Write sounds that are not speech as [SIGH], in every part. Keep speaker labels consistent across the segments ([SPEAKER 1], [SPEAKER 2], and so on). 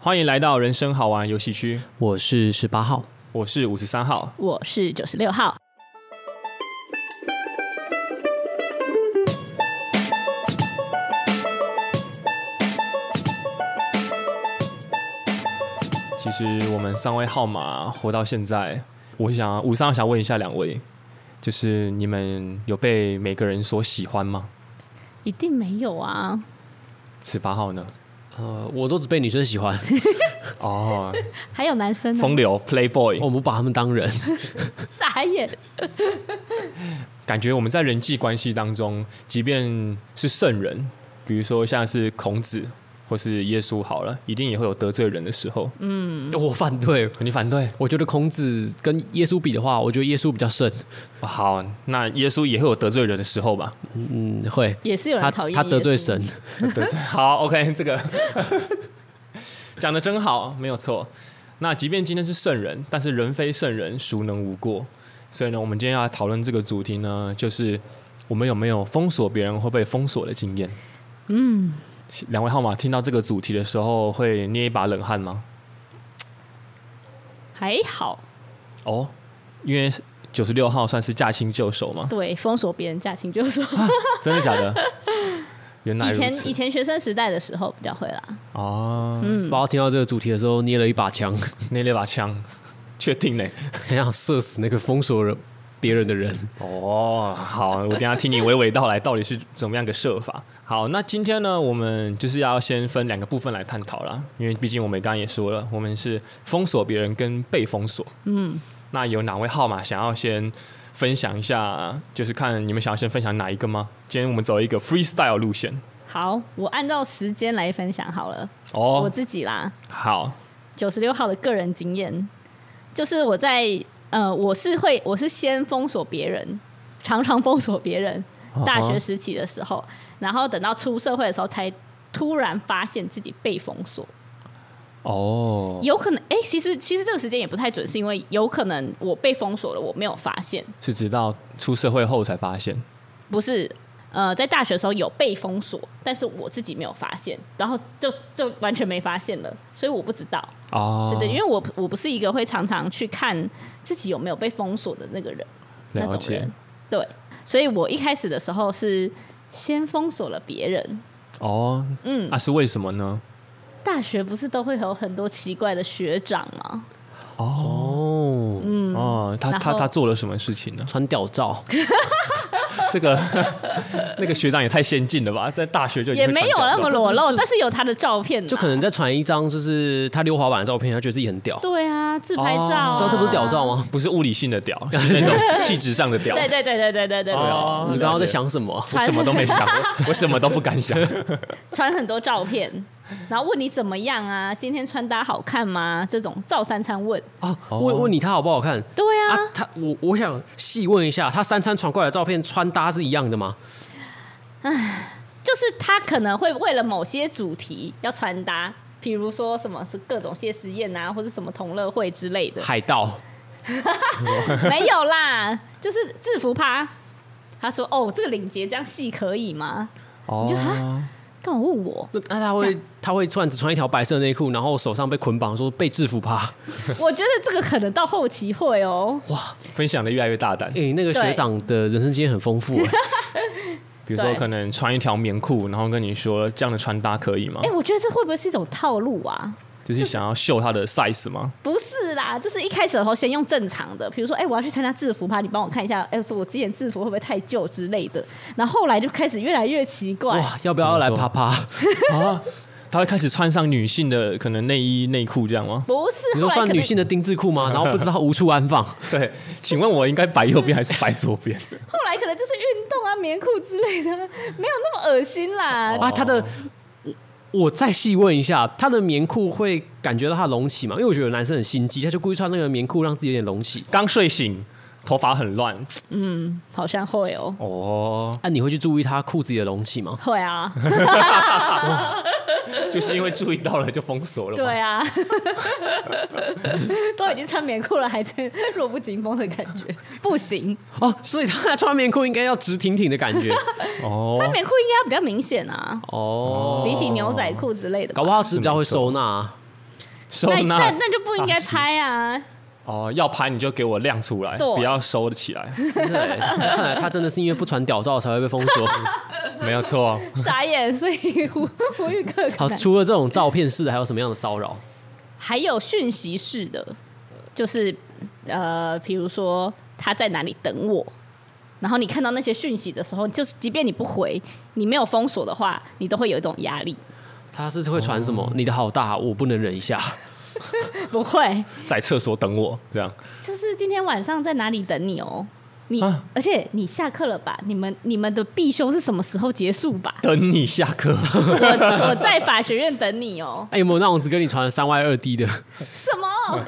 [SPEAKER 1] 欢迎来到人生好玩游戏区，
[SPEAKER 2] 我是十八号，
[SPEAKER 1] 我是五十三号。
[SPEAKER 3] 我是九十六号。
[SPEAKER 1] 其实我们三位号码活到现在，我想五十三号想问一下两位，就是你们有被每个人所喜欢吗？
[SPEAKER 3] 一定没有啊！
[SPEAKER 1] 十八号呢？
[SPEAKER 2] 呃，我都只被女生喜 [LAUGHS] 欢，
[SPEAKER 1] 哦，
[SPEAKER 3] 还有男生呢，
[SPEAKER 1] 风流 Playboy，
[SPEAKER 2] 我不把他们当人。
[SPEAKER 3] 傻眼。
[SPEAKER 1] 感觉我们在人际关系当中，即便是圣人，比如说像是孔子或是耶稣，好了，一定也会有得罪人的时候。
[SPEAKER 2] 我反对，
[SPEAKER 1] 你反对？
[SPEAKER 2] 我觉得孔子跟耶稣比的话，我觉得耶稣比较圣。
[SPEAKER 1] 好，那耶稣也会有得罪人的时候吧？
[SPEAKER 2] 嗯，会，
[SPEAKER 3] 也是有人
[SPEAKER 2] 他
[SPEAKER 3] 讨厌
[SPEAKER 2] 他得罪
[SPEAKER 3] 耶稣，
[SPEAKER 2] 神，
[SPEAKER 3] [LAUGHS]
[SPEAKER 1] 对，好，OK，这个 [LAUGHS] 讲的真好，没有错。那即便今天是圣人，但是人非圣人，孰能无过？所以呢，我们今天要讨论这个主题呢，就是我们有没有封锁别人会被封锁的经验？嗯，两位号码听到这个主题的时候，会捏一把冷汗吗？
[SPEAKER 3] 还好，
[SPEAKER 1] 哦，因为九十六号算是驾轻就熟
[SPEAKER 3] [LAUGHS]
[SPEAKER 1] 嘛，
[SPEAKER 3] 对，封锁别人假情就
[SPEAKER 2] [LAUGHS]
[SPEAKER 3] 说，
[SPEAKER 1] 真的假的？原来
[SPEAKER 3] 以
[SPEAKER 1] 如
[SPEAKER 3] 前
[SPEAKER 1] 此
[SPEAKER 3] 以前学生时代的时候比较会啦。
[SPEAKER 1] 哦，
[SPEAKER 3] 嗯
[SPEAKER 2] 十八号听到这个主题的时候，捏了一把枪， [LAUGHS]
[SPEAKER 1] 捏了一把枪，确定嘞？
[SPEAKER 2] 很想射死那个封锁人别人的人。
[SPEAKER 1] 哦，好，我等一下听你娓娓道来，到底是怎么样个设法。好，那今天呢，我们就是要先分两个部分来探讨啦，因为毕竟我们刚刚也说了，我们是封锁别人跟被封锁。嗯，那有哪位号码想要先分享一下？就是看你们想要先分享哪一个吗？今天我们走一个 freestyle 路线。
[SPEAKER 3] 好，我按照时间来分享好了，我
[SPEAKER 1] 哦，
[SPEAKER 3] 自己啦。
[SPEAKER 1] 好，
[SPEAKER 3] 九十六号的个人经验，就是我在呃，我是会我是先封锁别人，常常封锁别
[SPEAKER 2] 啊
[SPEAKER 3] 人。大学时期的时候，然后等到出社会的时候，才突然发现自己被封锁。
[SPEAKER 1] 哦，
[SPEAKER 3] 有可能，哎、其实其实这个时间也不太准，是因为有可能我被封锁了，我没有发现，
[SPEAKER 1] 是直到出社会后才发现。
[SPEAKER 3] 不是。呃，在大学的时候有被封锁，但是我自己没有发现，然后就就完全没发现了，所以我不知道，
[SPEAKER 1] 哦
[SPEAKER 3] 对，对，因为我我不是一个会常常去看自己有没有被封锁的那个人，那
[SPEAKER 1] 哦了
[SPEAKER 3] 种
[SPEAKER 1] 解
[SPEAKER 3] 人。，对，所以我一开始的时候是先封锁了别人，
[SPEAKER 1] 哦，嗯，啊，是为什么呢？
[SPEAKER 3] 大学不是都会有很多奇怪的学长吗？
[SPEAKER 2] 哦，
[SPEAKER 3] 嗯
[SPEAKER 1] 哦，他
[SPEAKER 3] 然
[SPEAKER 1] 他
[SPEAKER 3] 后
[SPEAKER 1] 他做了什么事情呢？
[SPEAKER 2] 穿吊罩，
[SPEAKER 1] [LAUGHS] 这个那个学长也太先进了吧，在大学就已经
[SPEAKER 3] 也
[SPEAKER 1] 会
[SPEAKER 3] 没有啊
[SPEAKER 1] 传教
[SPEAKER 3] 那
[SPEAKER 1] 了
[SPEAKER 3] 么裸露，
[SPEAKER 2] 就是
[SPEAKER 3] 但是有他的照片啊，
[SPEAKER 2] 就可能再传一张就是他溜滑板的照片，他觉得自己很屌。
[SPEAKER 3] 对啊，自拍照、
[SPEAKER 1] 哦
[SPEAKER 3] 啊
[SPEAKER 2] 哦但这不是屌照吗？
[SPEAKER 1] [LAUGHS] 不是物理性的屌，是那种气质上的屌。
[SPEAKER 3] 对对对对对对对对，
[SPEAKER 1] 哦
[SPEAKER 2] 你知道在想什么？
[SPEAKER 1] 我
[SPEAKER 3] 传
[SPEAKER 1] 什么都没想，我我什么都不敢
[SPEAKER 3] [LAUGHS]
[SPEAKER 1] 想。
[SPEAKER 3] 传很多照片，然后问你怎么样啊？今天穿搭好看吗？这种照三餐问，
[SPEAKER 2] 啊，问问你他好不好看？
[SPEAKER 3] 对啊，
[SPEAKER 2] 啊，他我我想细问一下，他三餐传过来的照片穿搭是一样的吗？
[SPEAKER 3] 就是他可能会为了某些主题要传达，比如说什么是各种谢师宴啊，或者什么同乐会之类的，
[SPEAKER 2] 海盗
[SPEAKER 3] 没有啦，就是制服趴。他说：“哦，这个领结这样系可以吗？就
[SPEAKER 1] 哦
[SPEAKER 3] 哈，干嘛问我？
[SPEAKER 2] 那那他会他会突然只穿一条白色内裤，然后手上被捆绑，说被制服趴。
[SPEAKER 3] 我觉得这个可能到后期会哦。
[SPEAKER 1] [LAUGHS] 分享的越来越大胆，
[SPEAKER 2] 诶，那个
[SPEAKER 3] 对
[SPEAKER 2] 学长的人生经验很丰 [LAUGHS] 富、诶啊
[SPEAKER 1] 比如说
[SPEAKER 3] 对
[SPEAKER 1] 可能穿一条棉裤，然后跟你说这样的穿搭可以吗
[SPEAKER 3] 哎、？我觉得这会不会是一种套路啊？
[SPEAKER 1] 就是想要秀他的 size 吗？
[SPEAKER 3] 不是啦，就是一开始的时候先用正常的，比如说，哎、我要去参加制服趴，你帮我看一下，哎、我之前制服会不会太旧之类的。然后后来就开始越来越奇怪，
[SPEAKER 2] 哇，要不要来啪 [LAUGHS] 啪？
[SPEAKER 1] 啊，他会开始穿上女性的可能内衣内裤这样吗？
[SPEAKER 3] 不是，
[SPEAKER 2] 你说
[SPEAKER 3] 后来
[SPEAKER 2] 算
[SPEAKER 3] 可
[SPEAKER 2] 女
[SPEAKER 3] 能
[SPEAKER 2] 性的丁字裤 [LAUGHS] 吗？然后不知道无处安 [LAUGHS] 放，
[SPEAKER 1] [LAUGHS] 对，请问我应该摆右边还是摆左边？ [LAUGHS]
[SPEAKER 3] 后来可能就是运动啊、棉裤之类的，没有那么恶心啦。
[SPEAKER 2] 啊，他的。我再细问一下，他的棉裤会感觉到他隆起吗？因为我觉得有男生很心机，他就故意穿那个棉裤让自己有点隆起。
[SPEAKER 1] 刚睡醒，头发很乱
[SPEAKER 3] 好像会哦，
[SPEAKER 1] 哦，
[SPEAKER 2] 啊，你会去注意他裤子里的隆起吗？
[SPEAKER 3] 会啊，
[SPEAKER 1] [LAUGHS] 就是因为注意到了就封锁了嘛。
[SPEAKER 3] 对啊， [LAUGHS] 都已经穿棉裤了，还真弱不禁风的感觉，不行。
[SPEAKER 2] [LAUGHS] 哦，所以他穿棉裤应该要直挺挺的感 [LAUGHS] 觉
[SPEAKER 1] 哦，
[SPEAKER 3] 穿棉裤应该要比较明显啊，
[SPEAKER 2] 哦，
[SPEAKER 3] 比起牛仔裤之类的吧。
[SPEAKER 2] 搞不好是比较会收纳啊、
[SPEAKER 1] 收
[SPEAKER 3] 那那
[SPEAKER 1] 纳
[SPEAKER 3] 那就不应该
[SPEAKER 1] 大师
[SPEAKER 3] 拍啊！
[SPEAKER 1] 哦，要拍你就给我亮出来，
[SPEAKER 3] 对
[SPEAKER 1] 不要收得起来， [LAUGHS]
[SPEAKER 2] 真的欸， [LAUGHS] 看来他真的是因为不传屌照才会被封锁。
[SPEAKER 1] 没有错。啊
[SPEAKER 3] [LAUGHS] 傻眼，所以无无语可
[SPEAKER 2] 好，
[SPEAKER 3] 感。
[SPEAKER 2] 除了这种照片式的，还有什么样的骚扰？
[SPEAKER 3] 还有讯息式的，就是呃，比如说他在哪里等我，然后你看到那些讯息的时候，就是即便你不回，你没有封锁的话，你都会有一种压力。
[SPEAKER 2] 他是会传什么？你的好大，我不能忍一下。
[SPEAKER 3] [LAUGHS]
[SPEAKER 2] [LAUGHS]
[SPEAKER 3] 不会，
[SPEAKER 1] 在厕所等我，这样
[SPEAKER 3] 就是今天晚上在哪里等你哦。你、
[SPEAKER 1] 啊？
[SPEAKER 3] 而且你下课了吧？你们你们的必修是什么时候结束吧
[SPEAKER 1] [LAUGHS] 等你下课。 [LAUGHS]
[SPEAKER 3] 我我在法学院等你哦。
[SPEAKER 2] 哎、有没有那种只跟你传三 Y 二 D 的？
[SPEAKER 3] 什么？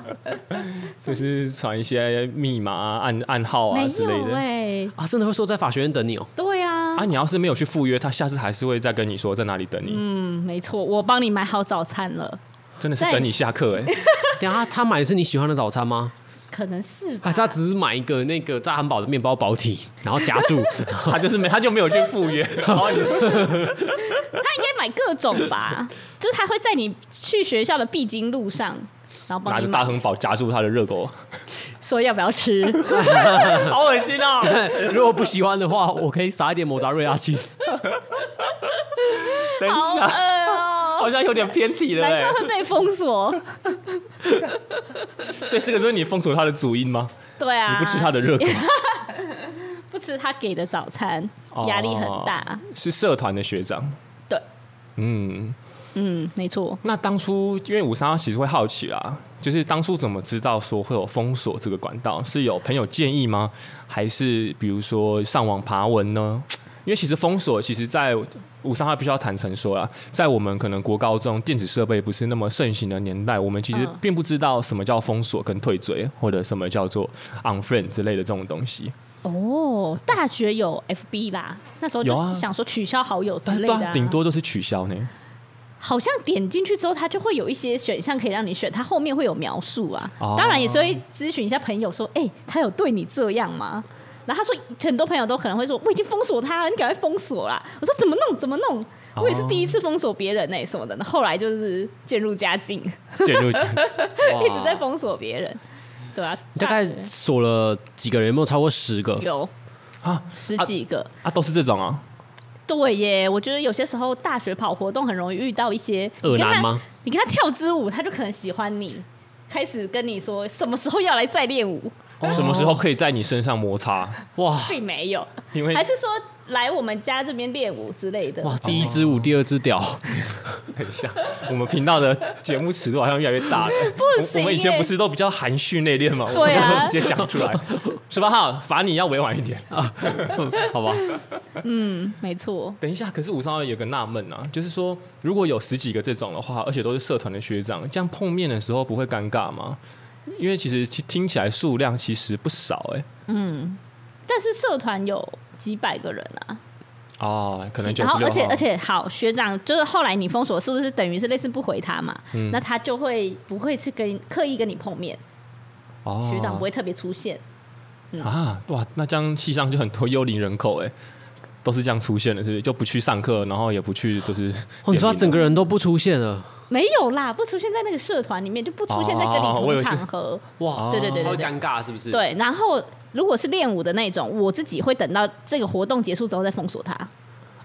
[SPEAKER 1] 就是传一些密码啊、暗暗号啊
[SPEAKER 3] 没
[SPEAKER 1] 之类
[SPEAKER 3] 有
[SPEAKER 1] 的。
[SPEAKER 3] 哎、
[SPEAKER 2] 啊，真的会说在法学院等你哦、
[SPEAKER 3] 对啊，
[SPEAKER 1] 啊，你要是没有去赴约，他下次还是会再跟你说在哪里等你，
[SPEAKER 3] 嗯，没错，我帮你买好早餐了，
[SPEAKER 1] 真的是
[SPEAKER 3] 在
[SPEAKER 1] 等你下课哎、
[SPEAKER 2] [LAUGHS] 等一下他他买的是你喜欢的早餐吗？
[SPEAKER 3] 可能是吧
[SPEAKER 2] 还是他只是买一个那个炸汉堡的面包薄体，然后夹住？
[SPEAKER 1] [LAUGHS]
[SPEAKER 2] [LAUGHS]
[SPEAKER 1] 他就是没他就没有去赴
[SPEAKER 3] [LAUGHS]
[SPEAKER 1] 约， [LAUGHS] 然后你
[SPEAKER 3] 他应该买各种
[SPEAKER 1] [LAUGHS]
[SPEAKER 3] 吧，就是他会在你去学校的必经路上，然后帮
[SPEAKER 1] 拿
[SPEAKER 3] 你
[SPEAKER 1] 着
[SPEAKER 3] 买
[SPEAKER 1] 大亨堡夹住他的热狗，
[SPEAKER 3] 说要不要吃，
[SPEAKER 1] [LAUGHS] 好恶心啊！
[SPEAKER 2] 如果不喜欢的话，我可以撒一点抹茶瑞拉 [LAUGHS] cheese。
[SPEAKER 1] 等
[SPEAKER 3] 好
[SPEAKER 1] 一下，
[SPEAKER 3] 饿哦，
[SPEAKER 1] [LAUGHS] 好像有点偏题了
[SPEAKER 3] 难
[SPEAKER 1] 哎、
[SPEAKER 3] 怪会被封锁。
[SPEAKER 1] [LAUGHS] 所以这个就是你封锁他的主因吗？
[SPEAKER 3] 对啊，
[SPEAKER 1] 你不吃他的热狗，
[SPEAKER 3] 不吃他给的早餐，压力很大
[SPEAKER 1] 哦。是社团的学长。
[SPEAKER 3] 对，
[SPEAKER 1] 嗯，
[SPEAKER 3] 嗯，没错，
[SPEAKER 1] 那当初因为五三二其实会好奇啦，就是当初怎么知道说会有封锁这个管道？是有朋友建议吗？还是比如说上网爬文呢？因为其实封锁，其实在五三二必须要坦诚说啦，在我们可能国高中电子设备不是那么盛行的年代，我们其实
[SPEAKER 3] 嗯
[SPEAKER 1] 并不知道什么叫封锁跟退追，或者什么叫做 unfriend 之类的这种东西。
[SPEAKER 3] 哦，大学有 FB 啦，那时候就
[SPEAKER 1] 有啊
[SPEAKER 3] 是想说取消好友之
[SPEAKER 1] 但是
[SPEAKER 3] 类
[SPEAKER 1] 对
[SPEAKER 3] 的、
[SPEAKER 1] 啊，顶多都是取消呢。
[SPEAKER 3] 好像点进去之后，它就会有一些选项可以让你选，它后面会有描述啊。
[SPEAKER 1] 哦
[SPEAKER 3] 当然也是会咨询一下朋友说，哎、他有对你这样吗？然后他说，很多朋友都可能会说，我已经封锁他了，你赶快封锁啦。我说怎么弄怎么弄，我也是第一次封锁别人哎、什么的。后来就是渐入佳境，一
[SPEAKER 1] 进入
[SPEAKER 2] 一
[SPEAKER 3] [LAUGHS] 直在封锁别人，对啊，
[SPEAKER 2] 你大
[SPEAKER 3] 大
[SPEAKER 2] 概
[SPEAKER 3] 学
[SPEAKER 2] 锁了几个人？有没有超过十个？
[SPEAKER 3] 有
[SPEAKER 1] 啊
[SPEAKER 3] 十几个。
[SPEAKER 1] 啊，都是这种
[SPEAKER 3] [LAUGHS]
[SPEAKER 1] 啊。
[SPEAKER 3] 对耶，我觉得有些时候大学跑活动很容易遇到一些
[SPEAKER 2] 恶
[SPEAKER 3] 你跟
[SPEAKER 2] 男
[SPEAKER 3] 他
[SPEAKER 2] 吗？
[SPEAKER 3] 你跟他跳支舞，他就可能喜欢你，开始跟你说什么时候要来再练舞，
[SPEAKER 1] 什么时候可以在你身上摩擦？
[SPEAKER 2] 哇
[SPEAKER 3] 并没有，
[SPEAKER 1] 因为
[SPEAKER 3] 还是说来我们家这边练舞之类的。
[SPEAKER 2] 哇，第一支舞，第二支屌，
[SPEAKER 1] 等一下， [LAUGHS] 我们频道的节目尺度好像越来越
[SPEAKER 3] [LAUGHS]
[SPEAKER 1] 大了。不
[SPEAKER 3] 行
[SPEAKER 1] 我们以前
[SPEAKER 3] 耶
[SPEAKER 1] 不是都比较含蓄内敛吗？
[SPEAKER 3] 对啊
[SPEAKER 1] [LAUGHS] 我们直接讲出来。 [LAUGHS] 十八号，罚你要委婉一点。 [LAUGHS]
[SPEAKER 2] 好吧？
[SPEAKER 3] 没错，
[SPEAKER 1] 等一下，可是五三二有个纳闷啊，就是说，如果有十几个这种的话，而且都是社团的学长，这样碰面的时候不会尴尬吗？因为其实听听起来数量其实不少哎、
[SPEAKER 3] 但是社团有几百个人啊，
[SPEAKER 1] 哦，可能九
[SPEAKER 3] 然
[SPEAKER 1] 十
[SPEAKER 3] 后
[SPEAKER 1] 六
[SPEAKER 3] 而且
[SPEAKER 1] 号
[SPEAKER 3] 而且好学长，就是后来你封锁是不是等于是类似不回他嘛？
[SPEAKER 1] 嗯
[SPEAKER 3] 那他就会不会去跟刻意跟你碰面，
[SPEAKER 1] 哦
[SPEAKER 3] 学长不会特别出现。
[SPEAKER 1] 啊，哇，那这样系上就很多幽灵人口哎、都是这样出现的，是不是？就不去上课，然后也不去，就是啊
[SPEAKER 2] 哦，你说他整个
[SPEAKER 1] 人。
[SPEAKER 2] 人都不出现了，
[SPEAKER 3] 没有啦，不出现在那个社团里面，就不出现在跟你
[SPEAKER 1] 哦我以为
[SPEAKER 3] 同
[SPEAKER 1] 是
[SPEAKER 3] 场合。
[SPEAKER 2] 哇，
[SPEAKER 3] 对对对对
[SPEAKER 2] 他会
[SPEAKER 3] 对
[SPEAKER 2] 尴尬是不是？，
[SPEAKER 3] 对，然后如果是练舞的那种，我自己会等到这个活动结束之后再封锁它。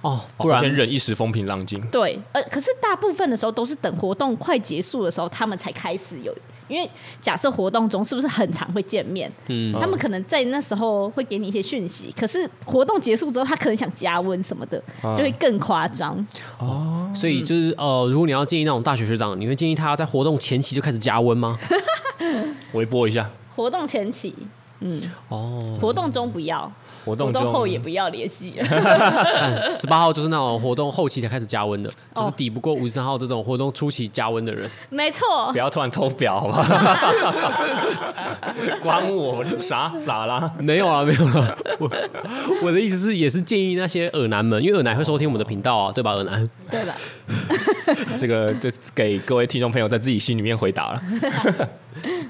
[SPEAKER 2] 哦，
[SPEAKER 1] 不
[SPEAKER 2] 不
[SPEAKER 1] 然
[SPEAKER 2] 然
[SPEAKER 1] 先忍一时风平浪静。
[SPEAKER 3] 对，呃，可是大部分的时候都是等活动快结束的时候，他们才开始有。因为假设活动中是不是很常会见面？
[SPEAKER 2] 嗯
[SPEAKER 3] 他们可能在那时候会给你一些讯息，可是活动结束之后，他可能想加温什么的，
[SPEAKER 1] 啊
[SPEAKER 3] 就会更夸张。
[SPEAKER 2] 所
[SPEAKER 3] 嗯
[SPEAKER 2] 以就是呃，如果你要建议那种大学学长，你会建议他在活动前期就开始加温
[SPEAKER 3] [LAUGHS]
[SPEAKER 2] 吗？
[SPEAKER 1] 微波一下，
[SPEAKER 3] 活动前期，嗯，哦，活动中不要，
[SPEAKER 1] 活
[SPEAKER 3] 活
[SPEAKER 1] 动中
[SPEAKER 3] 动后也不要联系。
[SPEAKER 1] [LAUGHS]
[SPEAKER 2] 十八号就是那种活动后期才开始加温
[SPEAKER 3] 哦
[SPEAKER 2] 的，就是抵不过五十三号这种活动初期加温的人。
[SPEAKER 3] 没错
[SPEAKER 1] 不，要突然偷表，好吧？ [LAUGHS] 管我啥咋啦？
[SPEAKER 2] 没有啊，没有啊，我我的意思是，也是建议那些耳男们，因为耳男会收听我们的频道啊，对吧？耳男，
[SPEAKER 3] 对吧？
[SPEAKER 1] 这个就给各位听众朋友在自己心里面回答了。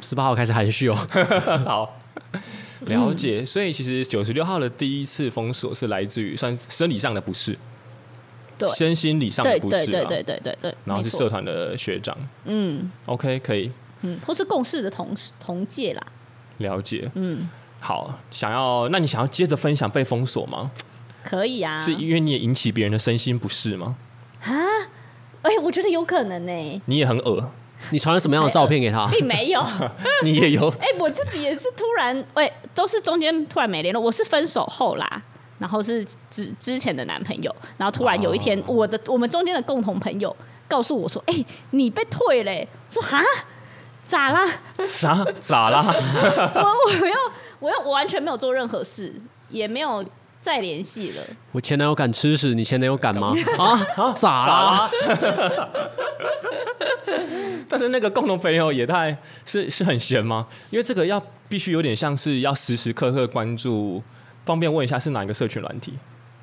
[SPEAKER 2] 十八号开始含
[SPEAKER 3] [LAUGHS]
[SPEAKER 2] 蓄哦。
[SPEAKER 1] 好，了解。所以其实九十六号的第一次封锁是来自于算是生理上的不适，
[SPEAKER 3] 对
[SPEAKER 1] 身心理上的
[SPEAKER 3] 对
[SPEAKER 1] 不
[SPEAKER 3] 对
[SPEAKER 1] 适、
[SPEAKER 3] 对
[SPEAKER 1] 啊，
[SPEAKER 3] 对对对对，
[SPEAKER 1] 然后是
[SPEAKER 3] 没错
[SPEAKER 1] 社团的学长，
[SPEAKER 3] 嗯
[SPEAKER 1] OK，可以
[SPEAKER 3] 嗯，或是共事的同事同届啦，
[SPEAKER 1] 了解。
[SPEAKER 3] 嗯，
[SPEAKER 1] 好，想要那你想要接着分享被封锁吗？
[SPEAKER 3] 可以啊，
[SPEAKER 1] 是因为你也引起别人的身心不适吗？
[SPEAKER 3] 哎、我觉得有可能呢、
[SPEAKER 1] 你也很恶，
[SPEAKER 2] 你传了什么样的照片给
[SPEAKER 3] [LAUGHS]
[SPEAKER 2] 他？
[SPEAKER 3] 并没有。
[SPEAKER 1] [LAUGHS] 你也有
[SPEAKER 3] 哎、我自己也是突然，喂、都是中间突然没联络。我是分手后啦，然后是之之前的男朋友，然后突然有一天，我的我们中间的共同朋友告诉我说：“哎、你被退嘞、我说：“哈，咋啦？
[SPEAKER 1] 啥咋啦？
[SPEAKER 3] 我又我又我完全没有做任何事，也没有再联系了。
[SPEAKER 2] 我前男友敢吃屎，你前男友敢吗？啊
[SPEAKER 3] [LAUGHS]
[SPEAKER 2] 啊，咋啦？
[SPEAKER 1] 啦？但是那个共同朋友也太是是很闲吗？因为这个要必须有点像是要时时刻刻关注。方便问一下是哪一个社群软体？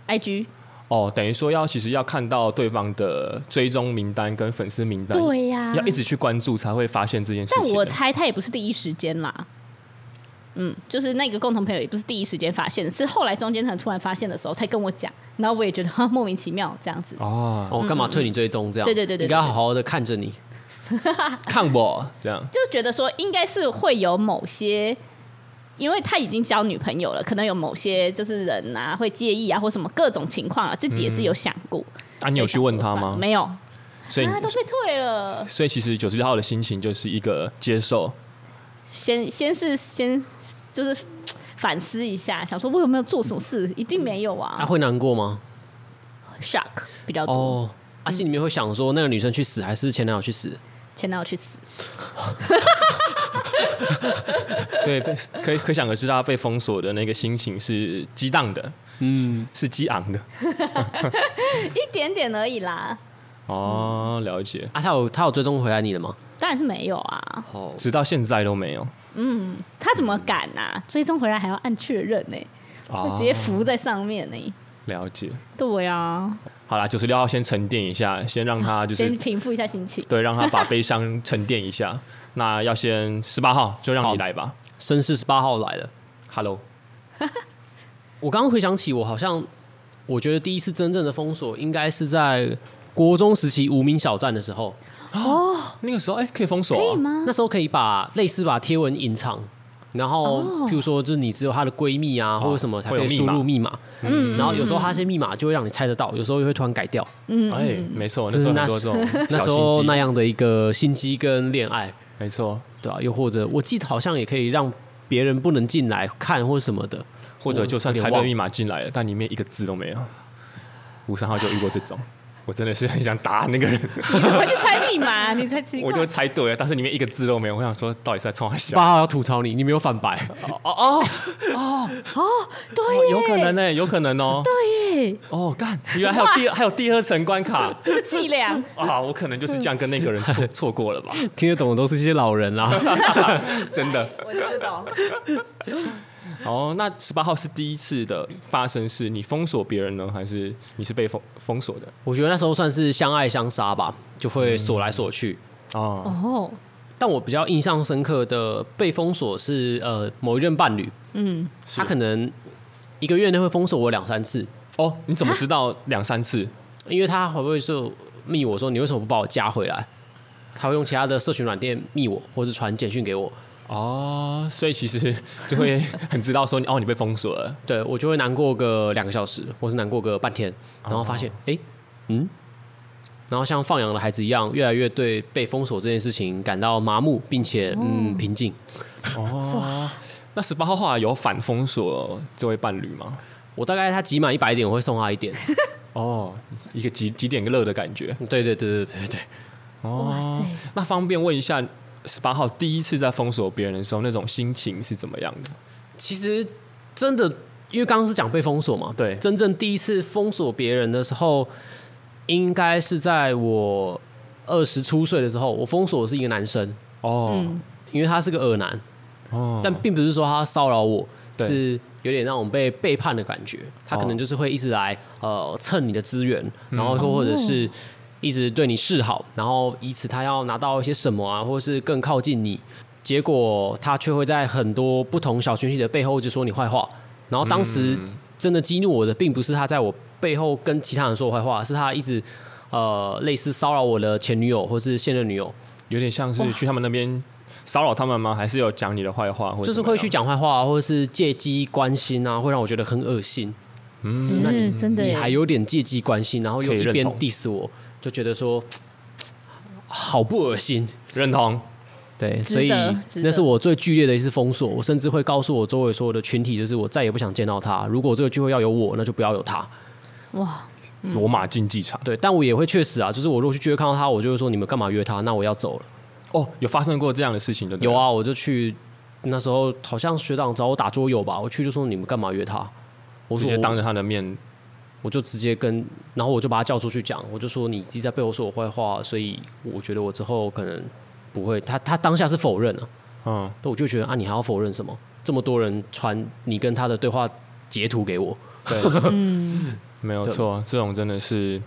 [SPEAKER 3] ”IG
[SPEAKER 1] 哦，等于说要其实要看到对方的追踪名单跟粉丝名单，
[SPEAKER 3] 对呀、
[SPEAKER 1] 要一直去关注才会发现这件事情
[SPEAKER 3] 但
[SPEAKER 1] 的。
[SPEAKER 3] 我猜他也不是第一时间啦。嗯，就是那个共同朋友也不是第一时间发现，是后来中间才突然发现的时候才跟我讲，然后我也觉得哈莫名其妙这样子。
[SPEAKER 1] 哦，
[SPEAKER 2] 哦，干嘛退你追踪这样？
[SPEAKER 3] 嗯对对对对
[SPEAKER 2] 应
[SPEAKER 3] 对
[SPEAKER 2] 该好好的看着你。
[SPEAKER 1] 看我这样，
[SPEAKER 3] 就觉得说应该是会有某些，因为他已经交女朋友了，可能有某些就是人啊会介意啊，或什么各种情况啊，自己也是有想过。
[SPEAKER 1] 啊，你有去问他吗？
[SPEAKER 3] 没有，啊，
[SPEAKER 1] 所以，
[SPEAKER 3] 都被退了。
[SPEAKER 1] 所以其实九十六号的心情就是一个接受，
[SPEAKER 3] 先先是先就是嘖反思一下，想说我有没有做什么事，一定没有
[SPEAKER 2] 他
[SPEAKER 3] 啊。
[SPEAKER 2] 会难过吗？
[SPEAKER 3] shock 比较多，
[SPEAKER 2] 哦，啊，心里面会想说，那个女生去死还是前男友去死？
[SPEAKER 3] 前男友去死，
[SPEAKER 1] 所以被可以可想而知，他被封锁的那个心情是激荡的，嗯，是激昂的。
[SPEAKER 3] 一点点而已啦，
[SPEAKER 1] 哦，了解，
[SPEAKER 2] 啊，他有他有追踪回来你的吗？
[SPEAKER 3] 当然是没有啊。
[SPEAKER 2] 哦，
[SPEAKER 1] 直到现在都没有
[SPEAKER 3] 他怎么敢啊？追踪回来还要按确认呢、会
[SPEAKER 1] 啊
[SPEAKER 3] 直接浮在上面呢、
[SPEAKER 1] 了解。
[SPEAKER 3] 对啊，
[SPEAKER 1] 好啦，九十六号先沉淀一下，先让
[SPEAKER 2] 啊
[SPEAKER 1] 他就是
[SPEAKER 3] 先平复一下心情。
[SPEAKER 1] [LAUGHS] 对，啊让他把悲伤沉淀一
[SPEAKER 2] [LAUGHS]
[SPEAKER 1] 下。那要先十八号，就让
[SPEAKER 2] 好
[SPEAKER 1] 你来吧。
[SPEAKER 2] 绅士十八号来了。
[SPEAKER 1] Hello，
[SPEAKER 2] 我刚刚回想起，我好像我觉得第一次真正的封锁应该是在国中时期无名小站的时候，
[SPEAKER 1] 那个时候哎、可以封锁、啊，
[SPEAKER 3] 可以
[SPEAKER 1] [LAUGHS]
[SPEAKER 3] 吗？
[SPEAKER 2] 那时候可以把类似把贴文隐藏，然后譬如说就是你只有她的闺蜜啊或者什么才可以
[SPEAKER 1] 哦会有密
[SPEAKER 2] 输
[SPEAKER 1] 码
[SPEAKER 2] 入密码，嗯，然后有时候她这些密码就会让你猜得到，有时候又会突然改掉，
[SPEAKER 1] 哎、
[SPEAKER 3] 嗯
[SPEAKER 1] 没错，那
[SPEAKER 2] 就
[SPEAKER 1] 时
[SPEAKER 2] 是
[SPEAKER 1] 候
[SPEAKER 2] 那
[SPEAKER 1] 很多这种
[SPEAKER 2] 那
[SPEAKER 1] 小
[SPEAKER 2] 时
[SPEAKER 1] 心
[SPEAKER 2] 候
[SPEAKER 1] 机
[SPEAKER 2] 那样的一个心机跟恋爱，
[SPEAKER 1] 没错，
[SPEAKER 2] 对啊吧、又或者我记得好像也可以让别人不能进来看或什么的，
[SPEAKER 1] 或者就算
[SPEAKER 2] 我有
[SPEAKER 1] 猜对
[SPEAKER 2] 点忘
[SPEAKER 1] 密码进来了，但里面一个字都没有。五三号就遇过这种，我真的是很想打那个人，
[SPEAKER 3] [LAUGHS] 你怎么去猜密码？你才奇怪。
[SPEAKER 1] 我就猜对了，但是里面一个字都没有。我想说，到底是在冲他笑？
[SPEAKER 2] 八号要吐槽你，你没有反白，
[SPEAKER 3] 对耶，
[SPEAKER 1] 有可能呢、有可能哦、对耶，哦，干，原来还有第二还有第二层关卡 [LAUGHS]
[SPEAKER 3] 这个伎俩。
[SPEAKER 1] 啊！我可能就是这样跟那个人错错过了吧？
[SPEAKER 2] 听得懂的都是一些老人啊啦、
[SPEAKER 1] [LAUGHS] 真的。
[SPEAKER 3] 我知道，
[SPEAKER 1] 哦，那十八号是第一次的发生，是你封锁别人呢，还是你是被封封锁的？
[SPEAKER 2] [LAUGHS] 我觉得那时候算是相爱相杀吧，就会锁来锁去。
[SPEAKER 1] 哦，
[SPEAKER 3] 哦，
[SPEAKER 2] 但我比较印象深刻的被封锁是呃某一任伴侣，
[SPEAKER 3] 嗯，
[SPEAKER 2] 他可能一个月内会封锁我两三次，
[SPEAKER 1] 哦，你怎么知道两三次？
[SPEAKER 2] 因为他会不会就密我说你为什么不把我加回来？他会用其他的社群软件密我，或是传简讯给我，
[SPEAKER 1] 哦，所以其实就会很知道说你哦，你被封锁了。
[SPEAKER 2] 对我就会难过个两个小时，或是难过个半天，然后发现哎、诶嗯，然后像放羊的孩子一样，越来越对被封锁这件事情感到麻木，并且嗯平静。
[SPEAKER 1] 那十八号后来有反封锁这位伴侣吗？
[SPEAKER 2] 我大概他集满一百点，我会送他一点。
[SPEAKER 1] 哦，一个几几点个乐的感觉
[SPEAKER 2] 对对对对对对，
[SPEAKER 1] 哦。那方便问一下，十八号第一次在封锁别人的时候，那种心情是怎么样的？
[SPEAKER 2] 其实真的，因为刚刚是讲被封锁嘛，
[SPEAKER 1] 对
[SPEAKER 2] 真正第一次封锁别人的时候，应该是在我二十出岁的时候，我封锁的是一个男生，
[SPEAKER 1] 哦、
[SPEAKER 2] 因为他是个恶男，
[SPEAKER 1] 哦，
[SPEAKER 2] 但并不是说他骚扰我，
[SPEAKER 1] 对
[SPEAKER 2] 是有点让我被背叛的感觉。他可能就是会一直来呃蹭你的资源，
[SPEAKER 1] 嗯
[SPEAKER 2] 然后或或者是一直对你示好，然后以此他要拿到一些什么啊，或是更靠近你。结果他却会在很多
[SPEAKER 1] 嗯
[SPEAKER 2] 不同小群体的背后就说你坏话，然后当时真的激怒我的，并不是他在我背后跟其他人说我坏话，是他一直呃类似骚扰我的前女友或是现任女友，
[SPEAKER 1] 有点像是去他们那边骚扰他们吗？还是有讲你的坏话，或者
[SPEAKER 2] 就是
[SPEAKER 1] 怎么
[SPEAKER 2] 会
[SPEAKER 1] 样
[SPEAKER 2] 去？讲坏话、啊，或者是借机关心啊，会让我觉得很恶心。
[SPEAKER 1] 嗯，
[SPEAKER 2] 那
[SPEAKER 3] 嗯，真的
[SPEAKER 2] 你
[SPEAKER 3] 耶，
[SPEAKER 2] 还有点借机关心，然后又
[SPEAKER 1] 可以
[SPEAKER 2] 一
[SPEAKER 1] 认
[SPEAKER 2] 边
[SPEAKER 1] 同
[SPEAKER 2] diss 我，就觉得说好不恶心。
[SPEAKER 1] 认同。
[SPEAKER 2] 对，
[SPEAKER 3] 值
[SPEAKER 2] 所以
[SPEAKER 3] 得值
[SPEAKER 2] 那
[SPEAKER 3] 得
[SPEAKER 2] 是我最剧烈的一次封锁，我甚至会告诉我周围所有的群体，就是我再也不想见到他。如果这个聚会要有我，那就不要有他。
[SPEAKER 3] 哇，
[SPEAKER 1] 罗马竞技场
[SPEAKER 2] 对，但我也会确实啊，就是我如果去聚会看到他，我就会说你们干嘛约他？那我要走了。
[SPEAKER 1] 哦，有发生过这样的事情的，
[SPEAKER 2] 有，啊，我就去那时候好像学长找我打桌游吧，我去就说你们干嘛约他？我
[SPEAKER 1] 直
[SPEAKER 2] 说
[SPEAKER 1] 接
[SPEAKER 2] 我
[SPEAKER 1] 当着他的面，
[SPEAKER 2] 我就直接跟，然后我就把他叫出去讲，我就说你自己在背后说我坏话，所以我觉得我之后可能不会。他他当下是否认啊，
[SPEAKER 1] 嗯，
[SPEAKER 2] 但我就觉得啊，你还要否认什么？这么多人传你跟他的对话截图给我，
[SPEAKER 1] 对，
[SPEAKER 3] 嗯，
[SPEAKER 1] 没有错，这种真的是